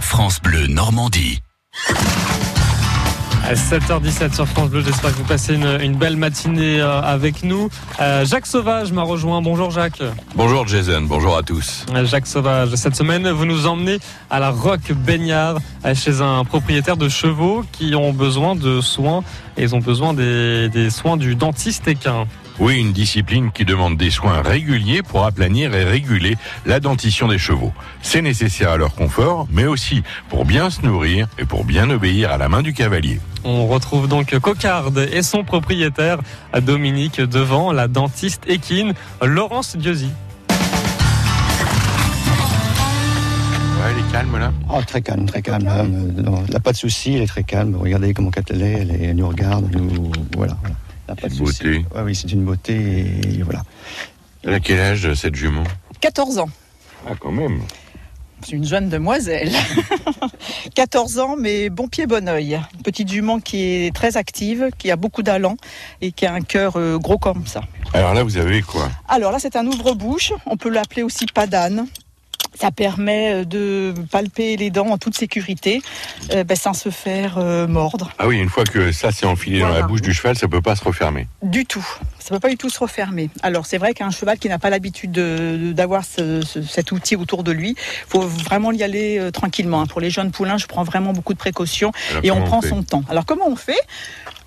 France Bleu Normandie. À 7h17 sur France Bleu, j'espère que vous passez une, une belle matinée euh, avec nous. Euh, Jacques Sauvage m'a rejoint, bonjour Jacques. Bonjour Jason, bonjour à tous. Euh, Jacques Sauvage, cette semaine vous nous emmenez à la Roque Baignard euh, chez un propriétaire de chevaux qui ont besoin de soins et ils ont besoin des, des soins du dentiste équin. Oui, une discipline qui demande des soins réguliers pour aplanir et réguler la dentition des chevaux. C'est nécessaire à leur confort, mais aussi pour bien se nourrir et pour bien obéir à la main du cavalier. On retrouve donc Cocarde et son propriétaire Dominique Devant, la dentiste équine Laurence Dieuzy. Ouais, elle est calme là. Oh, très calme, très calme. hein, euh, non, Elle n'a pas de souci, elle est très calme. Regardez comment elle est, elle, est- elle nous regarde, elle nous. Voilà. voilà. Elle n'a pas de Une souci. beauté. Ouais, oui, c'est une beauté. Et voilà. Elle a quel âge cette jument 14 ans. Ah quand même. C'est une jeune demoiselle. 14 ans, mais bon pied, bon oeil. Une petite jument qui est très active, qui a beaucoup d'allant et qui a un cœur euh, gros comme ça. Alors là vous avez quoi Alors là, c'est un ouvre-bouche. On peut l'appeler aussi padane. Ça permet euh, de palper les dents en toute sécurité euh, ben, sans se faire euh, mordre Ah oui, une fois que ça s'est enfilé dans la Voilà. bouche du cheval, ça peut pas se refermer. du tout. Ça ne peut pas du tout se refermer. Alors c'est vrai qu'un cheval qui n'a pas l'habitude de- de- d'avoir ce- ce- cet outil autour de lui, faut vraiment y aller euh, tranquillement. hein. Pour les jeunes poulains, je prends vraiment beaucoup de précautions. Alors, et on Bah, comment prend fait son temps. Alors comment on fait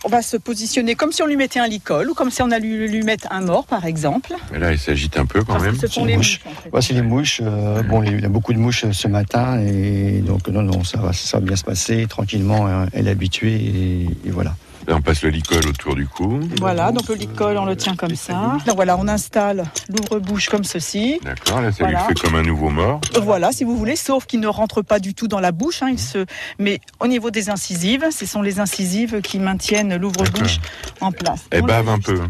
On va se positionner comme si on lui mettait un licol ou comme si on allait lui, lui mettre un mort par exemple. Mais Là, elle s'agite un peu quand Parce que même. ce c'est sont les mouche. mouches. en fait. Voici les mouches. euh, bon, il y a beaucoup de mouches euh, ce matin. Et donc, non, non, ça va, ça va bien se passer. Tranquillement, euh, elle est habituée. Et, et voilà. Là, on passe le licol autour du cou. Voilà, donc le licol, on le tient comme ça. Donc voilà, on installe l'ouvre-bouche comme ceci. D'accord, là ça Voilà. lui fait comme un nouveau mort. Voilà, si vous voulez, sauf qu'il ne rentre pas du tout dans la bouche. hein, il se... Mais au niveau des incisives, ce sont les incisives qui maintiennent l'ouvre-bouche en place. Elle On bave un l'ajuste. peu.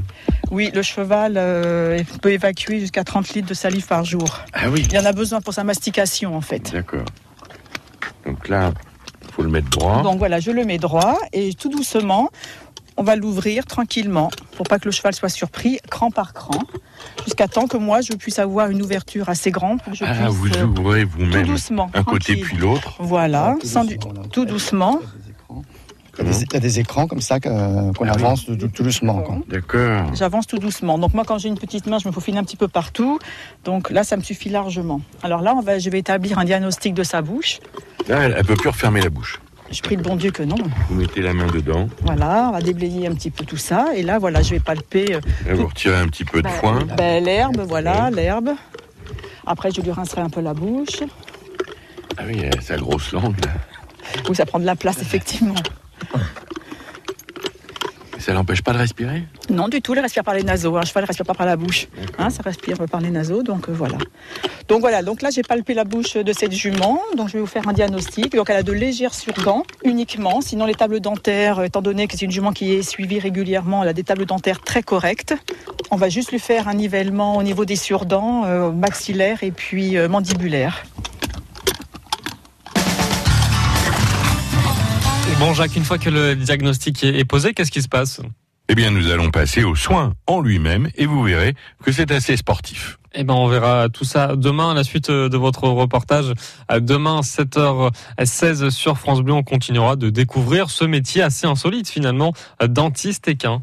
Oui, le cheval euh, peut évacuer jusqu'à 30 litres de salive par jour. Ah oui. Il en a besoin pour sa mastication en fait. D'accord. Donc là, faut le mettre droit. Donc voilà, je le mets droit et tout doucement, on va l'ouvrir tranquillement pour pas que le cheval soit surpris, cran par cran, jusqu'à temps que moi je puisse avoir une ouverture assez grande pour que je ah, puisse vous euh, ouvrez tout vous-même doucement, un côté tranquille. puis l'autre. Voilà, Tout sans du- doucement, là. tout doucement. Il y a des- il y a des écrans comme ça que- euh, qu'on Ah oui. avance tout, tout doucement. quoi. D'accord. J'avance tout doucement. Donc moi, quand j'ai une petite main, je me faufile un petit peu partout. Donc là, ça me suffit largement. Alors là, on va, je vais établir un diagnostic de sa bouche. Là, elle, elle peut plus refermer la bouche. Je prie le bon Dieu que non. Vous mettez la main dedans. Voilà, on va déblayer un petit peu tout ça. Et là, voilà, je vais palper euh, Là, vous retirez un petit peu de Bah, foin. ben, l'herbe, voilà, l'herbe. Après, je lui rincerai un peu la bouche. Ah oui, elle a sa grosse langue. là. Oui, ça prend de la place, effectivement. Ça l'empêche pas de respirer Non, du tout, elle respire par les naseaux. Un cheval ne respire pas par la bouche. D'accord. Hein, ça respire par les naseaux, donc euh, voilà. Donc voilà, donc là j'ai palpé la bouche de cette jument, donc je vais vous faire un diagnostic. Donc elle a de légères surdents uniquement, sinon les tables dentaires, euh, étant donné que c'est une jument qui est suivie régulièrement, elle a des tables dentaires très correctes. On va juste lui faire un nivellement au niveau des surdents, euh, maxillaire et puis euh, mandibulaire. Bon Jacques, une fois que le diagnostic est est posé, qu'est-ce qui se passe Eh bien, nous allons passer au soin en lui-même et vous verrez que c'est assez sportif. Eh ben, on verra tout ça demain, à la suite euh, de votre reportage. Euh, Demain, 7h16 sur France Bleu, on continuera de découvrir ce métier assez insolite finalement, euh, dentiste équin.